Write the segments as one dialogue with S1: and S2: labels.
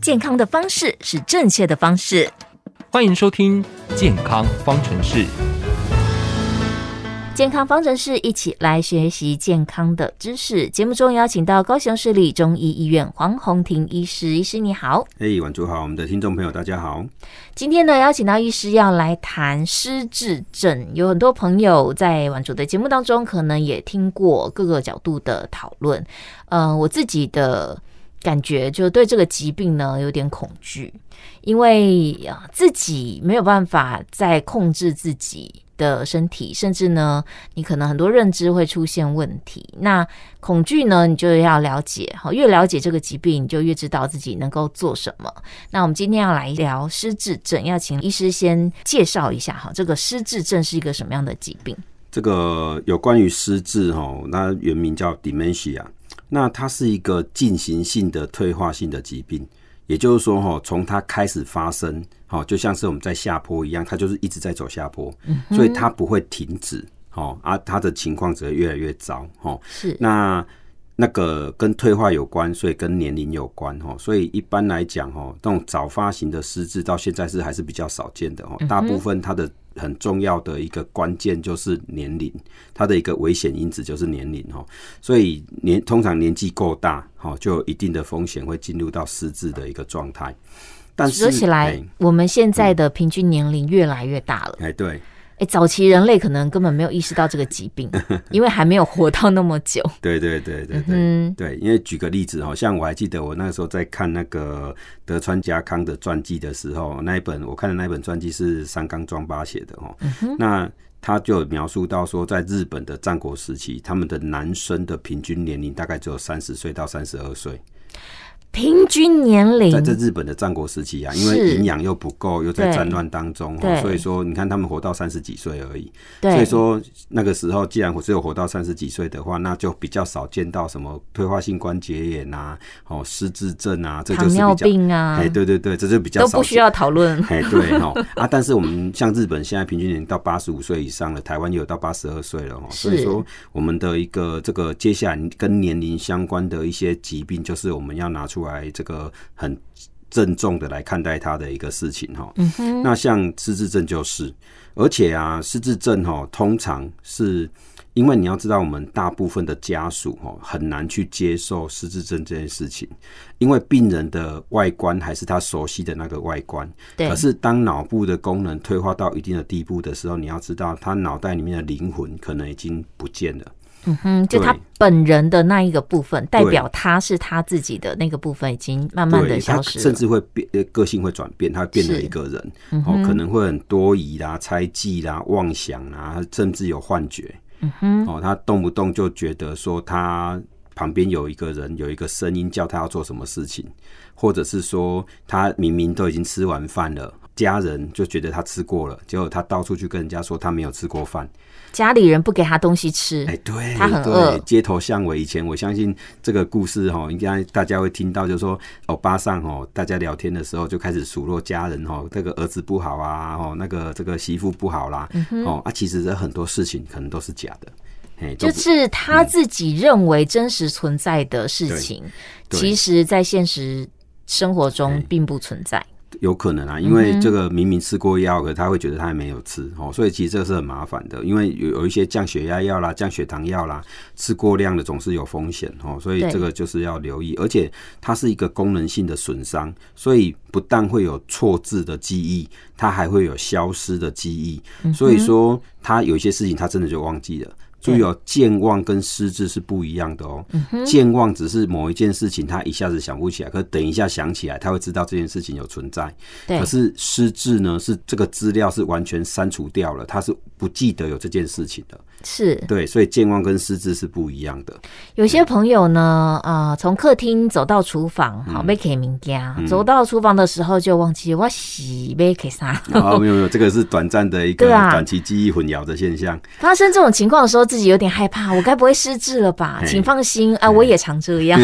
S1: 健康的方式是正确的方式。
S2: 欢迎收听《健康方程式》。
S1: 健康方程式一起来学习健康的知识。节目中邀请到高雄市立中医医院黄宏庭医师，医师你好。
S3: 嘿晚主好，我们的听众朋友大家好。
S1: 今天呢，邀请到医师要来谈失智症。有很多朋友在晚主的节目当中，可能也听过各个角度的讨论。嗯、我自己的感觉就对这个疾病呢有点恐惧，因为呃自己没有办法再控制自己。的身体，甚至呢，你可能很多认知会出现问题。那恐惧呢，你就要了解，好，越了解这个疾病，你就越知道自己能够做什么。那我们今天要来聊失智症，要请医师先介绍一下哈，这个失智症是一个什么样的疾病？
S3: 这个有关于失智哈，那原名叫 dementia，那它是一个进行性的退化性的疾病，也就是说哈，从它开始发生，好，就像是我们在下坡一样，它就是一直在走下坡，所以它不会停止，哦，啊，它的情况只会越来越糟，哦，
S1: 是
S3: 那那个跟退化有关，所以跟年龄有关哦，所以一般来讲哦，这种早发型的失智到现在是还是比较少见的哦，
S1: 嗯
S3: 大部分它的很重要的一个关键就是年龄，它的一个危险因子就是年龄哦，所以年通常年纪够大哦，就有一定的风险会进入到失智的一个状态，但是
S1: 说起来
S3: 哎，
S1: 我们现在的平均年龄越来越大了。
S3: 哎对
S1: 诶，早期人类可能根本没有意识到这个疾 病，因为还没有活到那么久。
S3: 对对对对对。
S1: 嗯，
S3: 对，因为举个例子哦，像我还记得我那时候在看那个德川家康的传记的时候，那一本我看的那一本传记是三冈庄八写的哦，
S1: 嗯
S3: 那他就有描述到说，在日本的战国时期，他们的男生的平均年龄大概只有三十岁到三十二岁，
S1: 平均年龄
S3: 在这日本的战国时期啊，因
S1: 是
S3: 为营养又不够，又在
S1: 对
S3: 战乱当中哦，
S1: 对
S3: 所以说你看他们活到三十几岁而已，
S1: 对，
S3: 所以说那个时候，既然我只有活到三十几岁的话，那就比较少见到什么退化性关节炎啊、哦失智症啊，这就
S1: 糖
S3: 是比
S1: 尿
S3: 较
S1: 病啊，
S3: 哎、对对对，这就比较
S1: 都
S3: 少
S1: 不需
S3: 见
S1: 要讨论。
S3: 哎，对哈、哦、啊，但是我们像日本现在平均年龄到八十五岁以上了，台湾也有到八十二岁了哦，所以
S1: 是
S3: 说我们的一个这个接下来跟年龄相关的一些疾病，就是我们要拿出来这个很郑重的来看待它的一个事情哈、嗯哼，那像失智症就是，而且啊，失智症哈、通常是。因为你要知道，我们大部分的家属哦很难去接受失智症这件事情，因为病人的外观还是他熟悉的那个外观，
S1: 对，
S3: 可是当脑部的功能退化到一定的地步的时候，你要知道，他脑袋里面的灵魂可能已经不见了。
S1: 嗯哼，就
S3: 对
S1: 他本人的那一个部分，代表他是他自己的那个部分已经慢慢的
S3: 对，他
S1: 消失
S3: 甚
S1: 了。
S3: 至会变，呃个性会转变，他会变成
S1: 是嗯
S3: 一个人，哦，可能会很多疑啦、猜忌啦、妄想啦，甚至有幻觉。嗯哼，哦，他动不动就觉得说他旁边有一个人，有一个声音叫他要做什么事情，或者是说他明明都已经吃完饭了。家人就觉得他吃过了，结果他到处去跟人家说他没有吃过饭，
S1: 家里人不给他东西吃，
S3: 哎，对，
S1: 他很
S3: 对
S1: 饿
S3: 街头巷尾，以前我相信这个故事哈、应该大家会听到，就是说哦，巴上哦，大家聊天的时候就开始数落家人哦，这个儿子不好啊，哦，那个这个媳妇不好啦，
S1: 嗯
S3: 哦啊，其实这很多事情可能都是假的，哎，都
S1: 就
S3: 不
S1: 是他自己认为真实存在的事情，
S3: 对
S1: 其实在现实生活中
S3: 哎
S1: 并不存在。
S3: 有可能啊，因为这个明明吃过药，可他会觉得他还没有吃哦，所以其实这个是很麻烦的，因为有有一些降血压药啦、降血糖药啦，吃过量的总是有风险哦，所以
S1: 对
S3: 这个就是要留意，而且它是一个功能性的损伤，所以不但会有错字的记忆，它还会有消失的记忆，所以说他有一些事情他真的就忘记了。注意哦，健忘跟失智是不一样的哦。
S1: 嗯
S3: 健忘只是某一件事情，他一下子想不起来，可等一下想起来，他会知道这件事情有存在。
S1: 对
S3: 可，是失智呢，是这个资料是完全删除掉了，他是不记得有这件事情的。
S1: 是
S3: 对，所以健忘跟失智是不一样的。
S1: 有些朋友呢，啊，从客厅走到厨房，
S3: 嗯
S1: 好被 K 名家，走到厨房的时候就忘记我洗被 K 啥。
S3: 哦，没有没有，这个是短暂的一个
S1: 对啊
S3: 短期记忆混淆的 现象。
S1: 发生这种情况的时候，自己有点害怕，我该不会失智了吧？
S3: 哎
S1: 请放心啊，我也常这 样。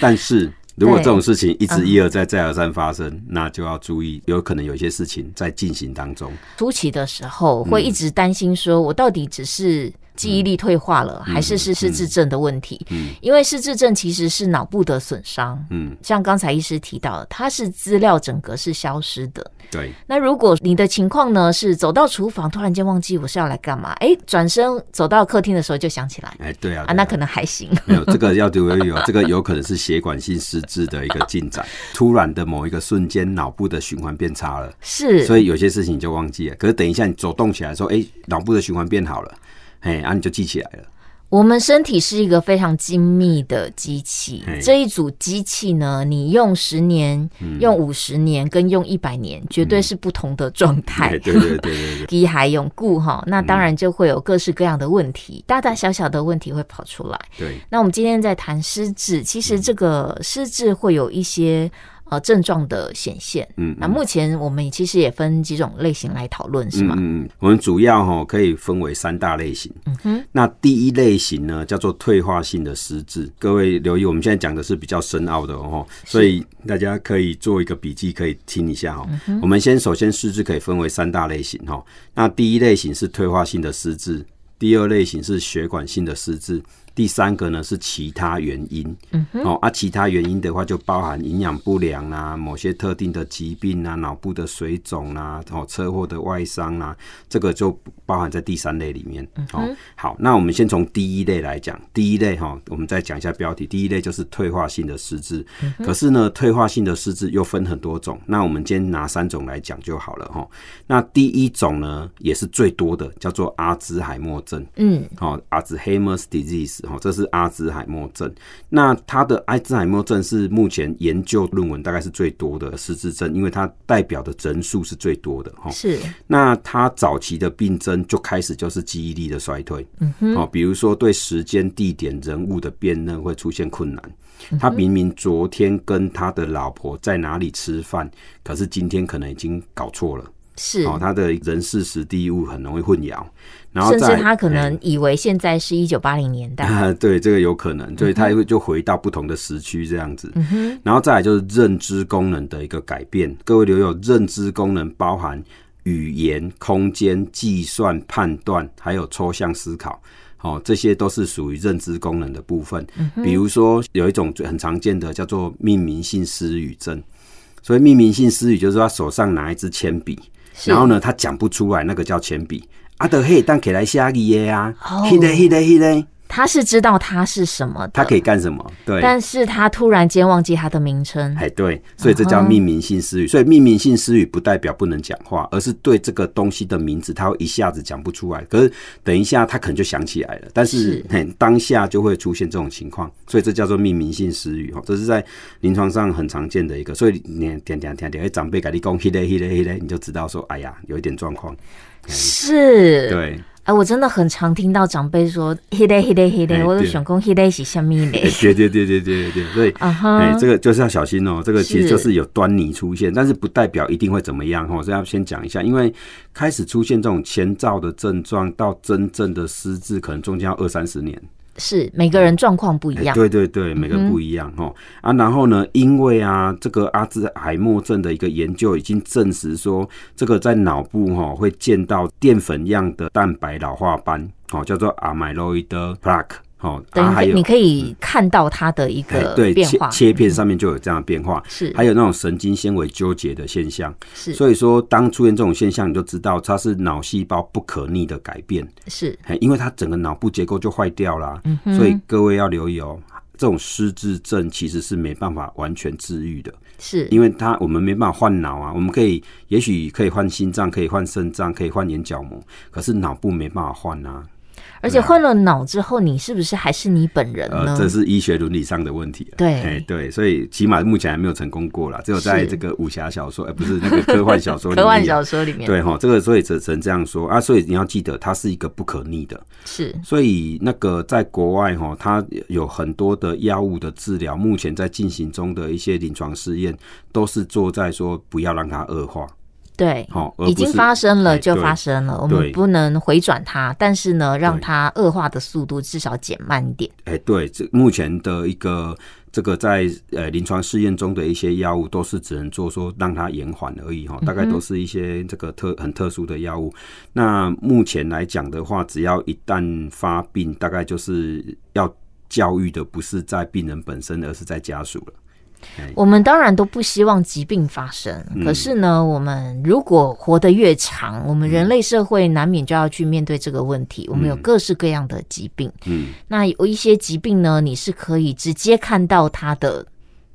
S3: 但是如果
S1: 对嗯
S3: 这种事情一直一而再再而三发生，那就要注意，有可能有一些事情在进行当中。嗯
S1: 初期的时候会一直担心，说我到底只是记忆力退化了，还是是失智症的问题？
S3: 嗯
S1: 因为失智症其实是脑部的损伤，
S3: 嗯，
S1: 像刚才医师提到的，它是资料整个是消失的。
S3: 对，
S1: 那如果你的情况呢是走到厨房，突然间忘记我是要来干嘛，哎，转身走到客厅的时候就想起来
S3: 哎，对啊，
S1: 啊，那
S3: 对啊
S1: 可能还行。
S3: 没有这个要留意哦，这 个有可能是血管性失智的一个 进展，突然的某一个瞬间，脑部的循环变差了，
S1: 是，
S3: 所以有些事情你就忘记了。可是等一下你走动起来说，哎、脑部的循环变好了，哎，啊你就记起来了。
S1: 我们身体是一个非常精密的机器
S3: 嘿，嗯
S1: 这一组机器呢，你用十年、用五十年跟用一百年，绝对是不同的状态
S3: 哎，。对对对对对，
S1: 低还永固哈，那当然就会有各式各样的问
S3: 嗯
S1: 题，大大小小的问题会跑出来。
S3: 对，
S1: 那我们今天在谈失智，其实这个
S3: 嗯
S1: 失智会有一些呃症状的显现。
S3: 嗯，
S1: 那目前我们其实也分几种类型来讨论，是吗？
S3: 嗯嗯嗯，我们主要哈可以分为三大类型。嗯哼，那第一类型呢叫做退化性的失智，各位留意，我们现在讲的是比较深奥的哦，所以大家可以做一个笔记，可以听一下哈。我们先首先失智可以分为三大类型哈，那第一类型是退化性的失智，第二类型是血管性的失智。第三个呢是其他原因，嗯、哦啊，其他原因的话就包含营养不良啊、某些特定的疾病啊、脑部的水肿啊、哦车祸的外伤啊，这个就包含在第三类里面。哦，好，那我们先从第一类来讲，第一类哈、我们再讲一下标题。第一类就是退化性的失智，可是呢，退化性的失智又分很多种，那我们今天拿三种来讲就好了哈、哦。那第一种呢，也是最多的，叫做阿兹海默症。
S1: 嗯，
S3: 哦，Alzheimer's disease 哦，这是阿兹海默症。那它的阿兹海默症是目前研究论文大概是最多的失智症，因为它代表的人数是最多的哦。
S1: 是，
S3: 那它早期的病症就开始就是记忆力的衰退，嗯哼，哦，比如说对时间、地点、人物的辨认会出现困难。
S1: 嗯
S3: 他明明昨天跟他的老婆在哪里吃饭，可是今天可能已经搞错了，
S1: 是。
S3: 哦，他的人事实地物很容易混淆，然后
S1: 甚
S3: 再
S1: 至他可
S3: 哎
S1: 能以为现在是一九八零年代，
S3: 啊， 对，这个有可能，所以
S1: 嗯
S3: 他会就回到不同的时区这样子。然后再来就是认知功能的一个改变，各位留有认知功能包含语言、空间、计算、判断，还有抽象思考。哦，这些都是属于认知功能的部分。
S1: 嗯
S3: 比如说，有一种最很常见的叫做命名性失语症。所以命名性失语就是说他手上拿一支铅笔，
S1: 是
S3: 然后呢，他讲不出来那个叫铅笔。啊，德嘿，但给来下个耶啊，
S1: 哦
S3: 嘿嘞嘿嘞嘿嘞。
S1: 他是知道他是什么的，
S3: 它可以干什么？对，
S1: 嗯但是他突然间忘记他的名称，
S3: 哎对，所以这
S1: 嗯
S3: 叫命名性失语。所以命名性失语不代表不能讲话，而是对这个东西的名字，他会一下子讲不出来。可是等一下他可能就想起来了，但是
S1: 是
S3: 嘿当下就会出现这种情况，所以这叫做命名性失语哈。这是在临床上很常见的一个，所以你点点点点，哎长辈跟你讲嘿嘞嘿嘞嘿嘞，你就知道说，哎呀，有一点状况。
S1: 是，
S3: 对，
S1: 哎，我真的很常听到长辈说 “he day he day he
S3: 哎
S1: day”，我的
S3: 对
S1: 选工 “he day” 是下面
S3: 哎
S1: 嘞，
S3: 对对对对对对对，所以。
S1: 啊
S3: 哎、
S1: 哈，
S3: 这个就是要小心哦、这个其实
S1: 是
S3: 就是有端倪出现，但是不代表一定会怎么样哦。所以要先讲一下，因为开始出现这种前兆的症状，到真正的失智，可能中间要二三十年。
S1: 是每个人状况不一
S3: 哎
S1: 样，嗯
S3: 对对对，每个不一样哦、啊，然后呢，因为啊，这个阿兹海默症的一个研究已经证实说，这个在脑部哈、会见到淀粉样的蛋白老化斑，哦，叫做 amyloid plaque。哦，啊，
S1: 等
S3: 还
S1: 于
S3: 有
S1: 你可以看到他的一
S3: 哎
S1: 个
S3: 对
S1: 变
S3: 切
S1: 化，嗯
S3: 切片上面就有这样的变化，
S1: 是
S3: 还有那种神经纤维纠结的现象。
S1: 是
S3: 所以说，当出现这种现象，你就知道它是脑细胞不可逆的改变，
S1: 是
S3: 嘿因为它整个脑部结构就坏掉啦。
S1: 嗯
S3: 所以各位要留意哦。这种失智症其实是没办法完全治愈的，
S1: 是，
S3: 因为它我们没办法换脑啊，我们可以也许可以换心脏，可以换肾脏，可以换眼角膜，可是脑部没办法换啊。
S1: 而且换了脑之后，你是不是还是你本人
S3: 呃，
S1: 呢？
S3: 这是医学伦理上的问题、啊。
S1: 嗯对
S3: 哎对，所以起码目前还没有成功过啦，只有在
S1: 是
S3: 这个武侠小说，哎、不是那个科幻小说里面
S1: 科
S3: 啊，
S1: 幻小说里面
S3: 对哈，这个所以只只能这样说啊，所以你要记得它是一个不可逆的，
S1: 是
S3: 所以那个在国外哈，它有很多的药物的治疗，目前在进行中的一些临床试验，都是做在说不要让它恶化，
S1: 对。
S3: 好，而
S1: 已
S3: 不
S1: 经
S3: 是
S1: 发生了
S3: 哎
S1: 就
S3: 对
S1: 发生了，我
S3: 对
S1: 们不能回转它，但是呢，让
S3: 对
S1: 它恶化的速度至少减慢一点。
S3: 哎，对，这目前的一个这个在呃临床试验中的一些药物都是只能做说让它延缓而已哈，大概都是一些这个特很特殊的药物。那目前来讲的话，只要一旦发病，大概就是要教育的不是在病人本身，而是在家属了。
S1: 我们当然都不希望疾病发生，
S3: 嗯
S1: 可是呢，我们如果活得越长，我们
S3: 嗯
S1: 人类社会难免就要去面对这个问题。我们有各式各样的疾病，
S3: 嗯，
S1: 那有一些疾病呢，你是可以直接看到它的，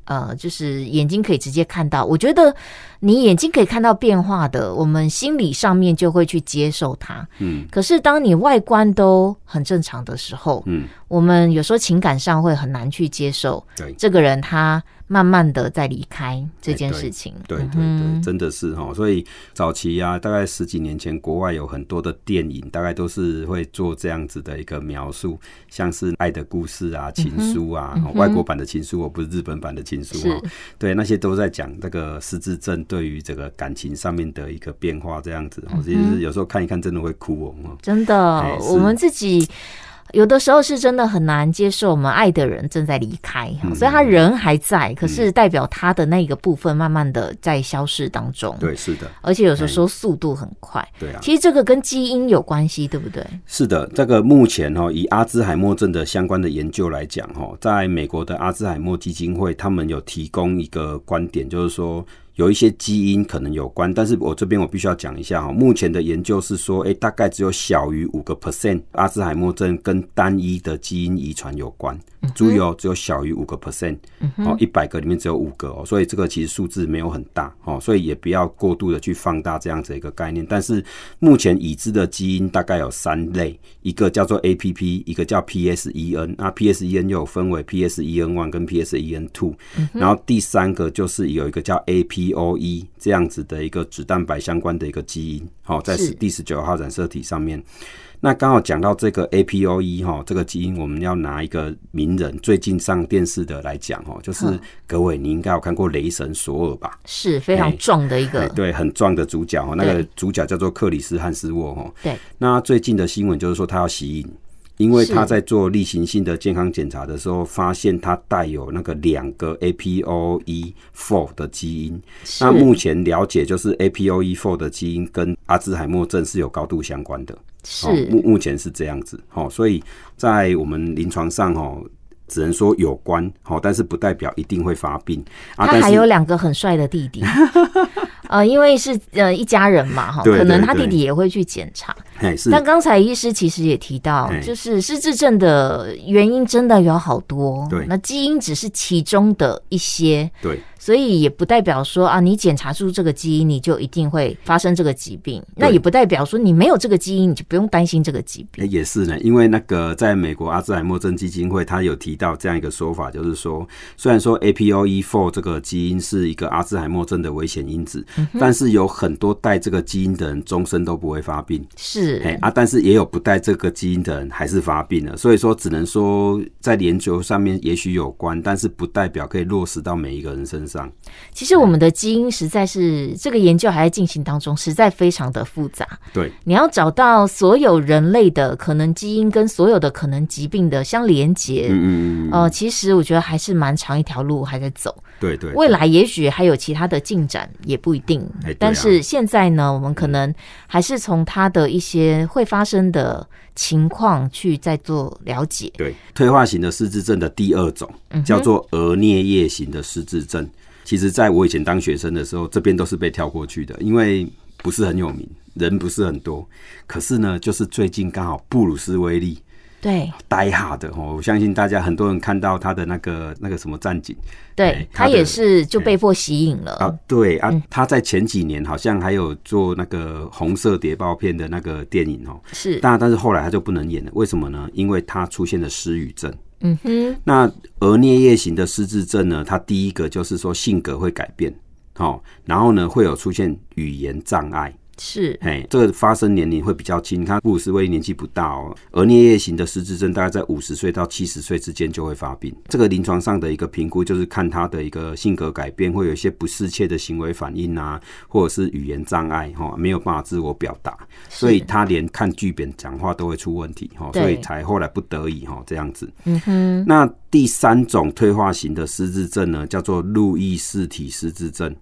S1: 呃，就是眼睛可以直接看到。我觉得你眼睛可以看到变化的，我们心理上面就会去接受它。
S3: 嗯，
S1: 可是当你外观都很正常的时候，
S3: 嗯，
S1: 我们有时候情感上会很难去接受
S3: 对
S1: 这个人他慢慢的在离开这件事情。
S3: 哎对对对，
S1: 嗯
S3: 真的是哈，所以早期啊，大概十几年前，国外有很多的电影，大概都是会做这样子的一个描述，像是《爱的故事》啊，《情书》啊，
S1: 嗯
S3: 哦
S1: 哼
S3: 外国版的《情书》，哦，不是日本版的《情书》哦
S1: 是，
S3: 对，那些都在讲这个失智症对于这个感情上面的一个变化，这样子
S1: 嗯
S3: 哦，其实有时候看一看真的会哭哦哦，
S1: 真的
S3: 哎，是
S1: 我们自己有的时候是真的很难接受我们爱的人正在离开，
S3: 嗯
S1: 所以他人还在，可是代表他的那个部分慢慢的在消逝当中。，
S3: 对，哎是的，
S1: 而且有时候说速度很快，
S3: 对啊。
S1: 其实这个跟基因有关系，对不对？
S3: 是的，这个目前哈、哦，以阿兹海默症的相关的研究来讲哈、哦，在美国的阿兹海默基金会，他们有提供一个观点，就是说有一些基因可能有关，但是我这边我必须要讲一下哈、哦，目前的研究是说，诶、大概只有小于五个 percent 阿兹海默症跟单一的基因遗传有关，注意哦，只有小于五个 percent，哦，一百个里面只有五个哦，所以这个其实数字没有很大哦，所以也不要过度的去放大这样子一个概念。但是目前已知的基因大概有三类，一个叫做 APP，一个叫 PSEN，那 PSEN 又有分为 PSEN one 跟 PSEN two，、然后第三个就是有一个叫 APOE E 这样子的一个脂蛋白相关的一个基因，好、哦，在
S1: 是
S3: 第十九号染色体上面。那刚好讲到这个 APOE E 哈，这个基因我们要拿一个名人最近上电视的来讲哦，就是
S1: 嗯
S3: 各位你应该有看过《雷神索尔》吧？
S1: 是非常
S3: 哎
S1: 重的一个，
S3: 哎对，很壮的主角哦，那个
S1: 对
S3: 主角叫做克里斯汉斯沃哦。
S1: 对，
S3: 那最近的新闻就是说他要吸引，因为
S1: 是
S3: 他在做例行性的健康检查的时候，发现他带有那个两个 APOE E four 的基因。
S1: 是
S3: 那目前了解就是 APOE E four 的基因跟阿兹海默症是有高度相关的。哦目
S1: 是
S3: 目前是这样子，哦，所以在我们临床上，哦，只能说有关，哦，但是不代表一定会发病啊。
S1: 他
S3: 但
S1: 还
S3: 是
S1: 有两个很帅的 弟弟，呃，因为是呃一家人嘛哈，
S3: 对对
S1: 可能他
S3: 对
S1: 弟弟也会去检查。
S3: 嘿是
S1: 但刚才医师其实也提到
S3: 哎，
S1: 就是失智症的原因真的有好多，
S3: 对
S1: 那基因只是其中的一些，
S3: 对
S1: 所以也不代表说啊，你检查出这个基因你就一定会发生这个疾病，那也不代表说你没有这个基因你就不用担心这个疾
S3: 诶
S1: 病。
S3: 也是呢，因为那个在美国阿兹海默症基金会，他有提到这样一个说法，就是说，虽然说 APOE4 E 这个基因是一个阿兹海默症的危险因子，
S1: 嗯
S3: 但是有很多带这个基因的人终身都不会发病。哎、
S1: 是，
S3: 啊，但是也有不带这个基因的人还是发病了，所以说只能说在研究上面也许有关，但是不代表可以落实到每一个人身上。
S1: 其实我们的基因实在是这个研究还在进行当中，实在非常的复杂。
S3: 对，
S1: 你要找到所有人类的可能基因跟所有的可能疾病的相连结，
S3: 嗯嗯嗯，
S1: 呃，其实我觉得还是蛮长一条路还在走。
S3: 对对，
S1: 未来也许还有其他的进展，也不一定
S3: 哎对啊。
S1: 但是现在呢，我们可能还是从它的一些会发生的情况去再做了解。
S3: 对退化型的失智症的第二种
S1: 嗯
S3: 叫做额颞叶型的失智症。其实，在我以前当学生的时候，这边都是被跳过去的，因为不是很有名，人不是很多。可是呢，就是最近刚好布鲁斯威利
S1: 对
S3: 呆哈的哦，我相信大家很多人看到他的那个那个什么战警。
S1: 对
S3: 哎，
S1: 他
S3: 它的
S1: 也是就被迫吸引了
S3: 啊。，对啊，他在前几年好像还有做那个红色谍报片的那个电影哦，
S1: 是，
S3: 但但是后来他就不能演了，为什么呢？因为他出现了失语症。
S1: 嗯哼，
S3: 那额颞叶型的失智症呢，它第一个就是说性格会改变，哦，然后呢会有出现语言障碍，
S1: 是嗯
S3: 嘿，这个发生年龄会比较轻。你看布鲁斯威利年纪不大哦，而颞叶型的失智症大概在五十岁到七十岁之间就会发病。这个临床上的一个评估就是看他的一个性格改变，会有一些不适切的行为反应啊，或者是语言障碍哈、没有办法自我表达，所以他连看剧本讲话都会出问题哈、
S1: 对
S3: 所以才后来不得已哈、这样子。
S1: 嗯哼，
S3: 那第三种退化型的失智症呢，叫做路易氏体失智症。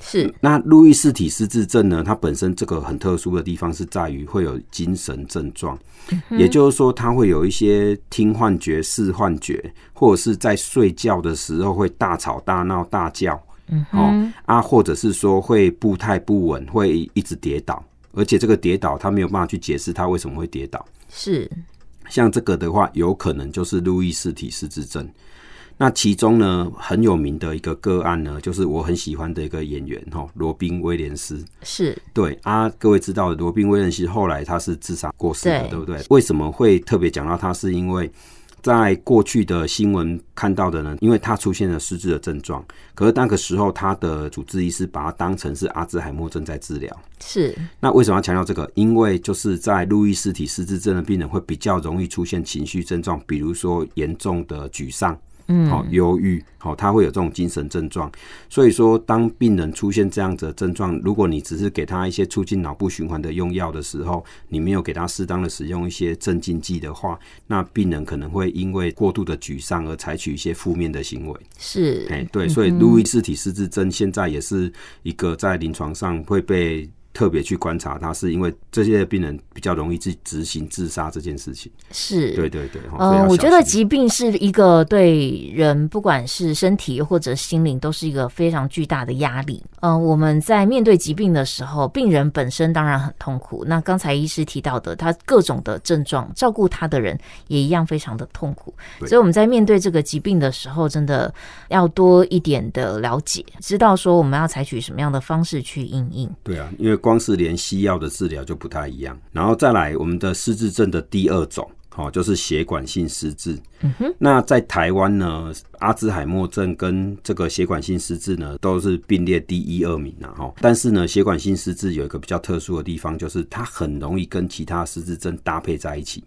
S1: 是
S3: 那路易斯体失智症呢？它本身这个很特殊的地方是在于会有精神症状，也就是说，它会有一些听幻觉、视幻觉，或者是在睡觉的时候会大吵大闹、大叫，嗯，哦啊，或者是说会步态不稳，会一直跌倒，而且这个跌倒他没有办法去解释他为什么会跌倒。
S1: 是，
S3: 像这个的话，有可能就是路易斯体失智症。那其中呢，很有名的一个个案呢，就是我很喜欢的一个演员哈，罗宾威廉斯。
S1: 是
S3: 对啊，各位知道罗宾威廉斯后来他是自杀过世的，
S1: 对
S3: 对不对？为什么会特别讲到他？是因为在过去的新闻看到的呢，因为他出现了失智的症状，可是那个时候他的主治医师把他当成是阿兹海默症在治疗。
S1: 是，
S3: 那为什么要强调这个？因为就是在路易斯体失智症的病人会比较容易出现情绪症状，比如说严重的沮丧。
S1: 嗯
S3: 好、忧郁，好、他会有这种精神症状。所以说，当病人出现这样子的症状，如果你只是给他一些促进脑部循环的用药的时候，你没有给他适当的使用一些镇静剂的话，那病人可能会因为过度的沮丧而采取一些负面的行为。
S1: 是
S3: 哎、
S1: 嗯
S3: 对，所以路易斯体失智症现在也是一个在临床上会被特别去观察它，是因为这些病人比较容易去执行自杀这件事情。
S1: 是，
S3: 对对对，哦所
S1: 呃，
S3: 以要
S1: 我
S3: 小
S1: 觉得
S3: 心
S1: 疾病是一个对人不管是身体或者心灵都是一个非常巨大的压力。嗯、我们在面对疾病的时候，病人本身当然很痛苦。那刚才医师提到的，他各种的症状，照顾他的人也一样非常的痛苦。
S3: 对
S1: 所以我们在面对这个疾病的时候，真的要多一点的了解，知道说我们要采取什么样的方式去应应。
S3: 对啊，因为光是连西药的治疗就不太一样，然后再来我们的失智症的第二种，哦，就是血管性失智。嗯哼，那在台湾呢，阿兹海默症跟这个血管性失智呢都是并列第一二名啊，哈。但是呢，血管性失智有一个比较特殊的地方，就是它很容易跟其他失智症搭配在一起，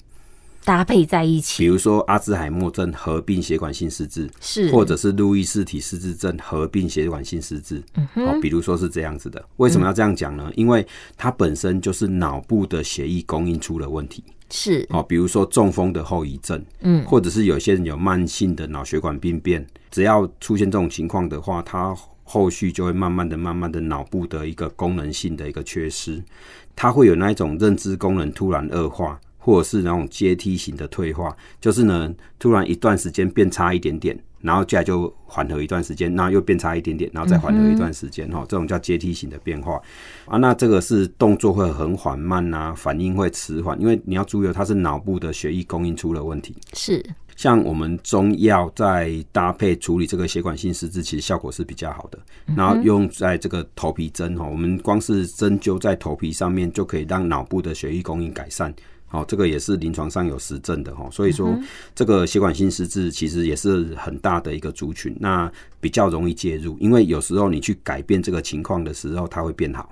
S1: 搭配在一
S3: 比
S1: 起
S3: 如说阿兹海默症合并血管性失智，
S1: 是
S3: 或者是路易斯体失智症合并血管性失智，好、比如说是这样子的。为什么要这样讲呢？因为它本身就是脑部的血液供应出了问题，
S1: 是
S3: 哦，比如说中风的后遗症，
S1: 嗯
S3: 或者是有些人有慢性的脑血管病变，只要出现这种情况的话，它后续就会慢慢的、慢慢的脑部的一个功能性的一个缺失，它会有那一种认知功能突然恶化。或者是那种阶梯型的退化，就是呢，突然一段时间变差一点点，然后接下来就缓和一段时间，然后又变差一点点，然后再缓和一段时间，哈、这种叫阶梯型的变化。啊，那这个是动作会很缓慢啊，反应会迟缓，因为你要注意哦，它是脑部的血液供应出了问题。
S1: 是
S3: 像我们中药在搭配处理这个血管性失智，其实效果是比较好的。然后用在这个头皮针哈，我们光是针灸在头皮上面，就可以让脑部的血液供应改善。好，这个也是临床上有实证的哈，所以说这个血管性失智其实也是很大的一个族群，那比较容易介入，因为有时候你去改变这个情况的时候，它会变好。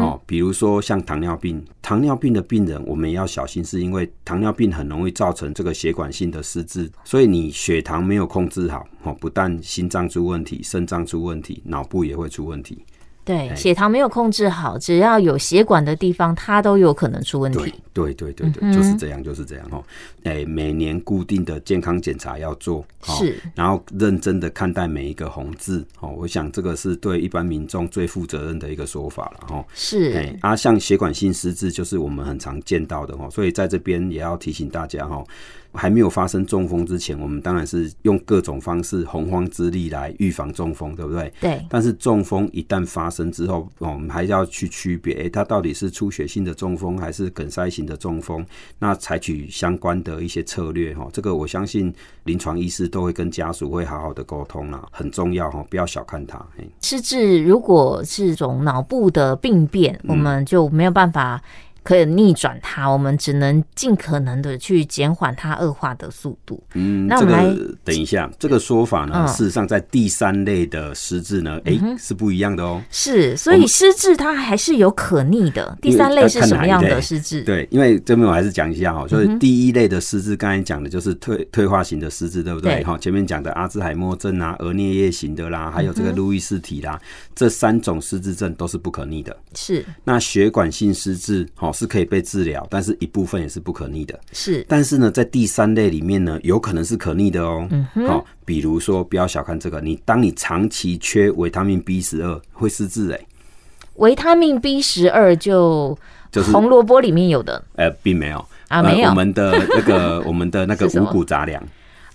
S3: 哦，比如说像糖尿病，糖尿病的病人我们也要小心，是因为糖尿病很容易造成这个血管性的失智，所以你血糖没有控制好，哦，不但心脏出问题，肾脏出问题，脑部也会出问题。
S1: 对，
S3: 哎
S1: 血糖没有控制好，只要有血管的地方，它都有可能出问
S3: 对
S1: 题。
S3: 对对对对，就是这样，就是这样哦。哎，每年固定的健康检查要做，哦、
S1: 是
S3: 然后认真的看待每一个红字哦。我想这个是对一般民众最负责任的一个说法了哦。哎、
S1: 是，
S3: 啊，像血管性失智就是我们很常见到的哦，所以在这边也要提醒大家哦，还没有发生中风之前，我们当然是用各种方式洪荒之力来预防中风，对不对？
S1: 对，
S3: 但是中风一旦发生之后，哦我们还要去区别，诶它到底是出血性的中风还是梗塞型的中风？那采取相关的一些策略哈、哦，这个我相信临床医师都会跟家属会好好的沟通啦，很重要哈、哦，不要小看它。嘿
S1: 失智如果是种脑部的病变，我们就没有办法。可以逆转它，我们只能尽可能的去减缓它恶化的速度。
S3: 嗯，
S1: 那我
S3: 这
S1: 们来
S3: 个等一下，这个说法呢，
S1: 嗯
S3: 事实上在第三类的失智呢，哎、是不一样的哦。
S1: 是，所
S3: 我
S1: 以
S3: 们
S1: 失智它还是有可逆的。第三类是什么样的失智？，
S3: 对，因为这边我还是讲一下哈，
S1: 嗯
S3: 就是第一类的失智，刚才讲的就是退退化型的失智，对不
S1: 对
S3: 对？哈，前面讲的阿兹海默症啊、额颞叶型的啦，还有这
S1: 嗯
S3: 个路易氏体啦，这三种失智症都是不可逆的。
S1: 是
S3: 那血管性失智，好是可以被治疗，但是一部分也是不可逆的。
S1: 是，
S3: 但是呢，在第三类里面呢，有可能是可逆的哦。嗯好、比如说不要小看这个，你当你长期缺维他命 B 十二会失智哎、
S1: 维他命 B 十二就
S3: 就是
S1: 红萝卜里面有的
S3: 呃，并没有
S1: 啊没有
S3: 呃、我们的那 个我们的那个
S1: 是什
S3: 五
S1: 么
S3: 谷杂粮。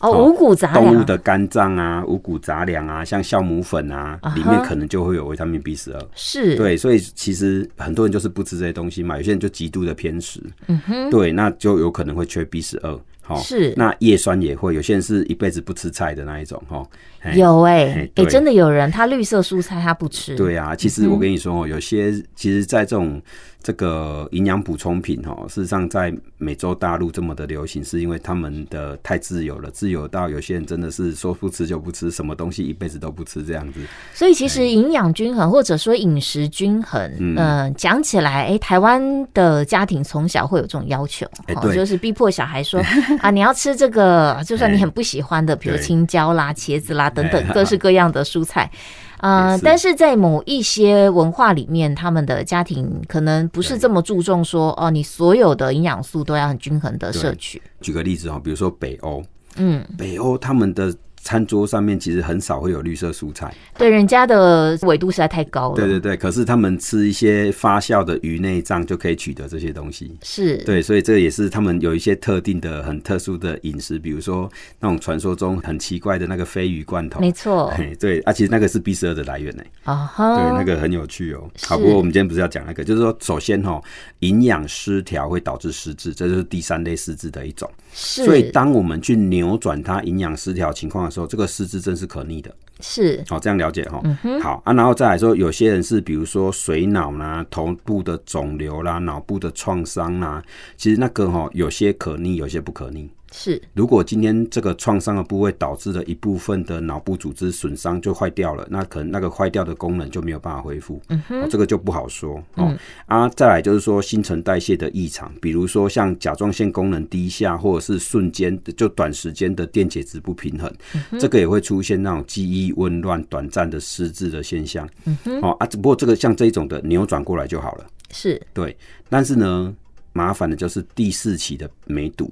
S1: 哦，
S3: 哦
S1: 五谷杂
S3: 动物
S1: 粮
S3: 的肝脏啊、五谷杂粮啊，像酵母粉啊
S1: 啊哈，
S3: 里面可能就会有维他命 B 十二。
S1: 是，
S3: 对，所以其实很多人就是不吃这些东西嘛，有些人就极度的偏食。嗯哼，对，那就有可能会缺 B 十二。好、
S1: 是
S3: 那叶酸也会，有些人是一辈子不吃菜的那一种。哈、嘿
S1: 有哎、
S3: 嘿
S1: 欸，哎、
S3: 对
S1: 真的有人他绿色蔬菜他不吃，
S3: 对啊，其实我跟你说哦，有些其实，在这种这个营养补充品哦，事实上在美洲大陆这么的流行，是因为他们的太自由了，自由到有些人真的是说不吃就不吃，什么东西一辈子都不吃这样子。
S1: 所以其
S3: 哎
S1: 实营养均衡或者说饮食均衡，嗯、讲起来，哎，台湾的家庭从小会有这种要求，
S3: 哎对
S1: 就是逼迫小 孩说啊，你要吃这个，就算你很不喜欢的，比如
S3: 对
S1: 青椒啦、茄子啦等等
S3: 哎
S1: 各式各样的蔬菜。呃
S3: 也，是
S1: 但是在某一些文化里面，他们的家庭可能不是这么注重说哦，你所有的营养素都要很均衡的摄
S3: 对
S1: 取。
S3: 举个例子哈，哦比如说北欧，
S1: 嗯，
S3: 北欧他们的餐桌上面其实很少会有绿色蔬菜，
S1: 对，人家的纬度实在太高了。
S3: 对对对，可是他们吃一些发酵的鱼内脏就可以取得这些东西。
S1: 是，
S3: 对，所以这也是他们有一些特定的、很特殊的饮食，比如说那种传说中很奇怪的那个鲱鱼罐头。
S1: 没错。
S3: 嘿，对，啊，其实那个是 B 十二的来源呢、
S1: 啊哈，
S3: 对，那个很有趣哦。好，
S1: 是
S3: 不过我们今天不是要讲那个，就是说，首先哈、营养失调会导致失智，这就是第三类失智的一种。
S1: 是，
S3: 所以，当我们去扭转它营养失调情况的时候，这个失智症是可逆的。
S1: 是
S3: 哦好、这样了解哈、好啊，然后再来说，有些人是比如说水脑啦、头部的肿瘤啦、脑部的创伤啦，其实那个哈、有些可逆，有些不可逆。
S1: 是
S3: 如果今天这个创伤的部位导致了一部分的脑部组织损伤就坏掉了，那可能那个坏掉的功能就没有办法恢复，嗯哼、这个就不好说哦、啊。再来就是说新陈代谢的异常，比如说像甲状腺功能低下，或者是瞬间就短时间的电解质不平衡，这个也会出现那种记忆紊乱、短暂的失智的现象。嗯哼，哦啊，只不过这个像这一种的扭转过来就好了。
S1: 是
S3: 对，但是呢，麻烦的就是第四期的梅毒。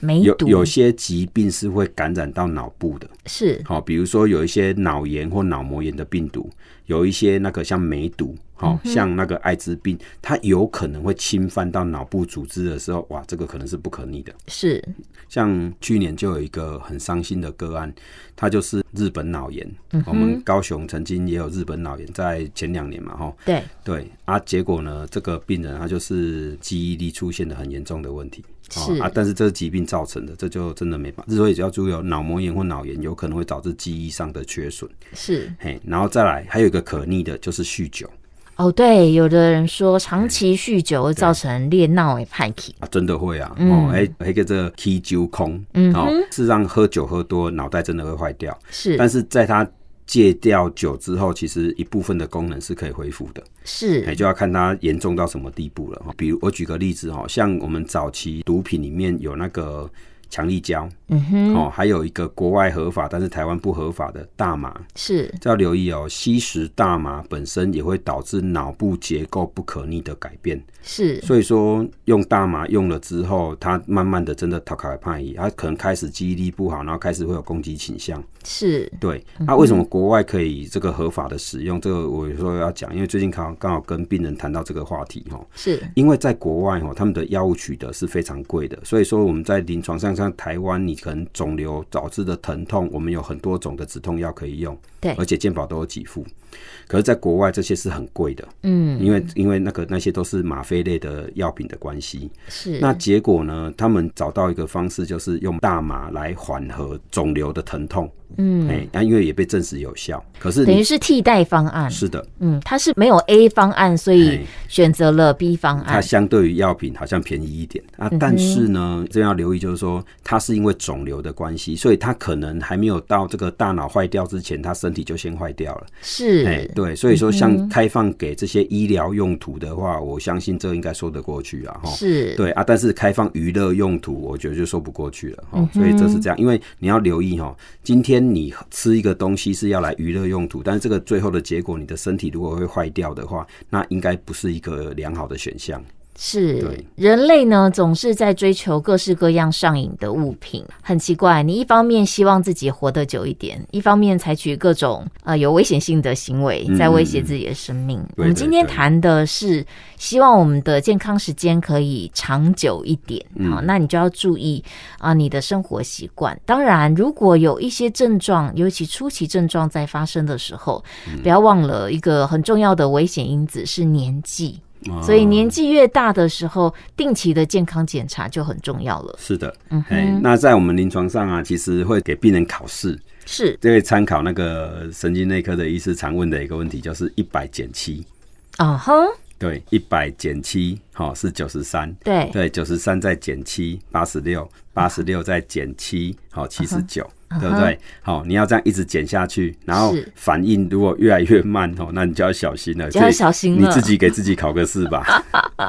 S1: 梅
S3: 有
S1: 毒，
S3: 有些疾病是会感染到脑部的，
S1: 是
S3: 好、比如说有一些脑炎或脑膜炎的病毒，有一些那个像梅毒，好、像那个艾滋病，它有可能会侵犯到脑部组织的时候，哇，这个可能是不可逆的。
S1: 是
S3: 像去年就有一个很伤心的个案，它就是日本脑炎。我们高雄曾经也有日本脑炎，在前两年嘛，哈，哦
S1: 对
S3: 对啊，结果呢，这个病人他就是记忆力出现了很严重的问题。
S1: 是
S3: 啊，但是这是疾病造成的，这就真的没办法。之所以要注意哦，脑膜炎或脑炎有可能会导致记忆上的缺损。
S1: 是
S3: 嘿，然后再来还有一个可逆的，就是酗酒
S1: 哦，对，有的人说长期酗酒会造成裂脑诶派气，
S3: 啊，真的会啊。
S1: 嗯
S3: 哦，还还有一个这个啤酒空，嗯，哦，事实上喝酒喝多，脑袋真的会坏掉。
S1: 是
S3: 但是在他戒掉酒之后，其实一部分的功能是可以恢复的。哎、
S1: 是
S3: 就要看它严重到什么地步了哈。比如我举个例子哈，像我们早期毒品里面有那个强力胶，嗯哼，哦，还有一个国外合法但是台湾不合法的大麻，
S1: 是
S3: 这要留意哦。吸食大麻本身也会导致脑部结构不可逆的改变，
S1: 是
S3: 所以说用大麻用了之后，它慢慢的真的逃开叛逆，它可能开始记忆力不好，然后开始会有攻击倾向。
S1: 是
S3: 对，啊，为什么国外可以这个合法的使用？这个我有时候要讲，因为最近刚好刚好跟病人谈到这个话题哈。
S1: 是
S3: 因为在国外哦，他们的药物取得是非常贵的，所以说我们在临床上像台湾，你可能肿瘤导致的疼痛，我们有很多种的止痛药可以用，
S1: 对
S3: 而且健保都有给付。可是，在国外这些是很贵的，
S1: 嗯，
S3: 因为因为那个那些都是吗啡类的药品的关系。
S1: 是
S3: 那结果呢，他们找到一个方式，就是用大麻来缓和肿瘤的疼痛，
S1: 嗯，
S3: 哎、那、因为也被证实有效。可是
S1: 等于
S3: 你
S1: 是替代方案，
S3: 是的，
S1: 嗯，它是没有 A 方案，所以
S3: 哎
S1: 选择了 B 方
S3: 它
S1: 案，
S3: 相对于药品好像便宜一点
S1: 嗯
S3: 啊，但是呢，这要留意就是说，它是因为肿瘤的关系，所以它可能还没有到这个大脑坏掉之前，它身体就先坏掉了。哎
S1: 是，嗯
S3: 对，所以说像开放给这些医疗用途的话，我相信这应该说得过去啊，哈。
S1: 是，
S3: 对啊，但是开放娱乐用途，我觉得就说不过去了哈、
S1: 嗯
S3: 齁所以这是这样，因为你要留意哈、齁今天你吃一个东西是要来娱乐用途，但是这个最后的结果，你的身体如果会坏掉的话，那应该不是一个良好的选项。
S1: 是
S3: 对
S1: 人类呢，总是在追求各式各样上瘾的物品，很奇怪。你一方面希望自己活得久一点，一方面采取各种呃有危险性的行为，
S3: 嗯
S1: 在威胁自己的生命。我
S3: 对
S1: 们
S3: 对
S1: 今天
S3: 对
S1: 谈的是希望我们的健康时间可以长久一点，
S3: 嗯
S1: 好、那你就要注意啊、你的生活习惯。当然，如果有一些症状，尤其初期症状在发生的时候，
S3: 嗯
S1: 不要忘了一个很重要的危险因子是年纪。
S3: 啊
S1: 所以年纪越大的时候，定期的健康检查就很重要了。
S3: 是的，
S1: 嗯
S3: 哎、那在我们临床上啊，其实会给病人考试，
S1: 是
S3: 这个参考那个神经内科的医师常问的一个问题，就是一百减七，
S1: 啊哼，
S3: 对，一百减七，好是九十三，
S1: 对，嗯
S3: 对，九十三再减七，八十六，八十六再减七，好，七十九，对不对？好，你要这样一直减下去，然后
S1: 是
S3: 反应如果越来越慢哦，那你就要小心了，
S1: 就要
S3: 所以
S1: 小心
S3: 你
S1: 了
S3: 自己给自己考个试吧。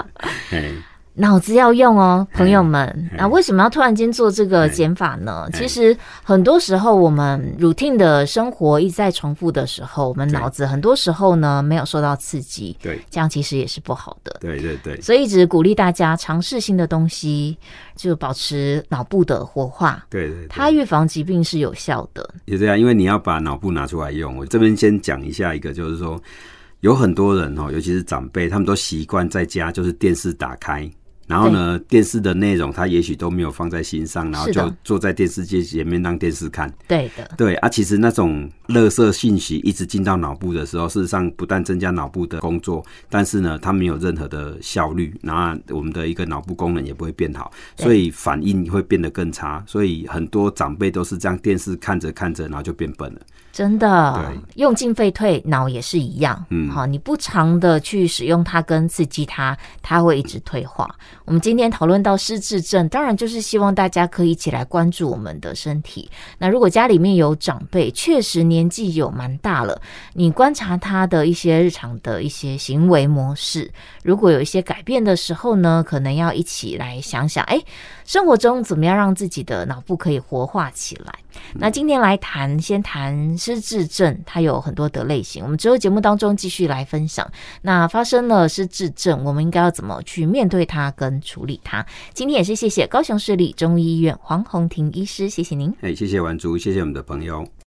S3: 哎，
S1: 脑子要用哦，朋友们。那为什么要突然间做这个减法呢？其实很多时候我们 routine 的生活一直在重复的时候，我们
S3: 对
S1: 脑子很多时候呢没有受到刺激，
S3: 对，
S1: 这样其实也是不好的。
S3: 对对对，
S1: 所以一直鼓励大家尝试新的东西，就保持脑部的活化，
S3: 对对，对
S1: 它预防疾病是有效的。
S3: 也这样，因为你要把脑部拿出来用。我这边先讲一下一个，就是说有很多人哦，尤其是长辈，他们都习惯在家就是电视打开。然后呢，电视的内容他也许都没有放在心上，然后
S1: 是的
S3: 就坐在电视机前面让电视看。
S1: 对的，
S3: 对啊，其实那种垃圾信息一直进到脑部的时候，事实上不但增加脑部的工作，但是呢，它没有任何的效率，那我们的一个脑部功能也不会变好，
S1: 对
S3: 所以反应会变得更差。所以很多长辈都是这样，电视看着看着，然后就变笨了。
S1: 真的，用进废退，脑也是一样。
S3: 嗯
S1: 好，你不常的去使用它跟刺激它，它会一直退化。我们今天讨论到失智症，当然就是希望大家可以一起来关注我们的身体。那如果家里面有长辈，确实年纪有蛮大了，你观察他的一些日常的一些行为模式，如果有一些改变的时候呢，可能要一起来想想，哎，生活中怎么样让自己的脑部可以活化起来。那今天来谈，先谈失智症，它有很多的类型，我们之后节目当中继续来分享。那发生了失智症，我们应该要怎么去面对它跟处理它？今天也是谢谢高雄市立中医医院黄宏庭医师，谢谢您。
S3: 哎，谢谢玩竹，谢谢我们的朋友。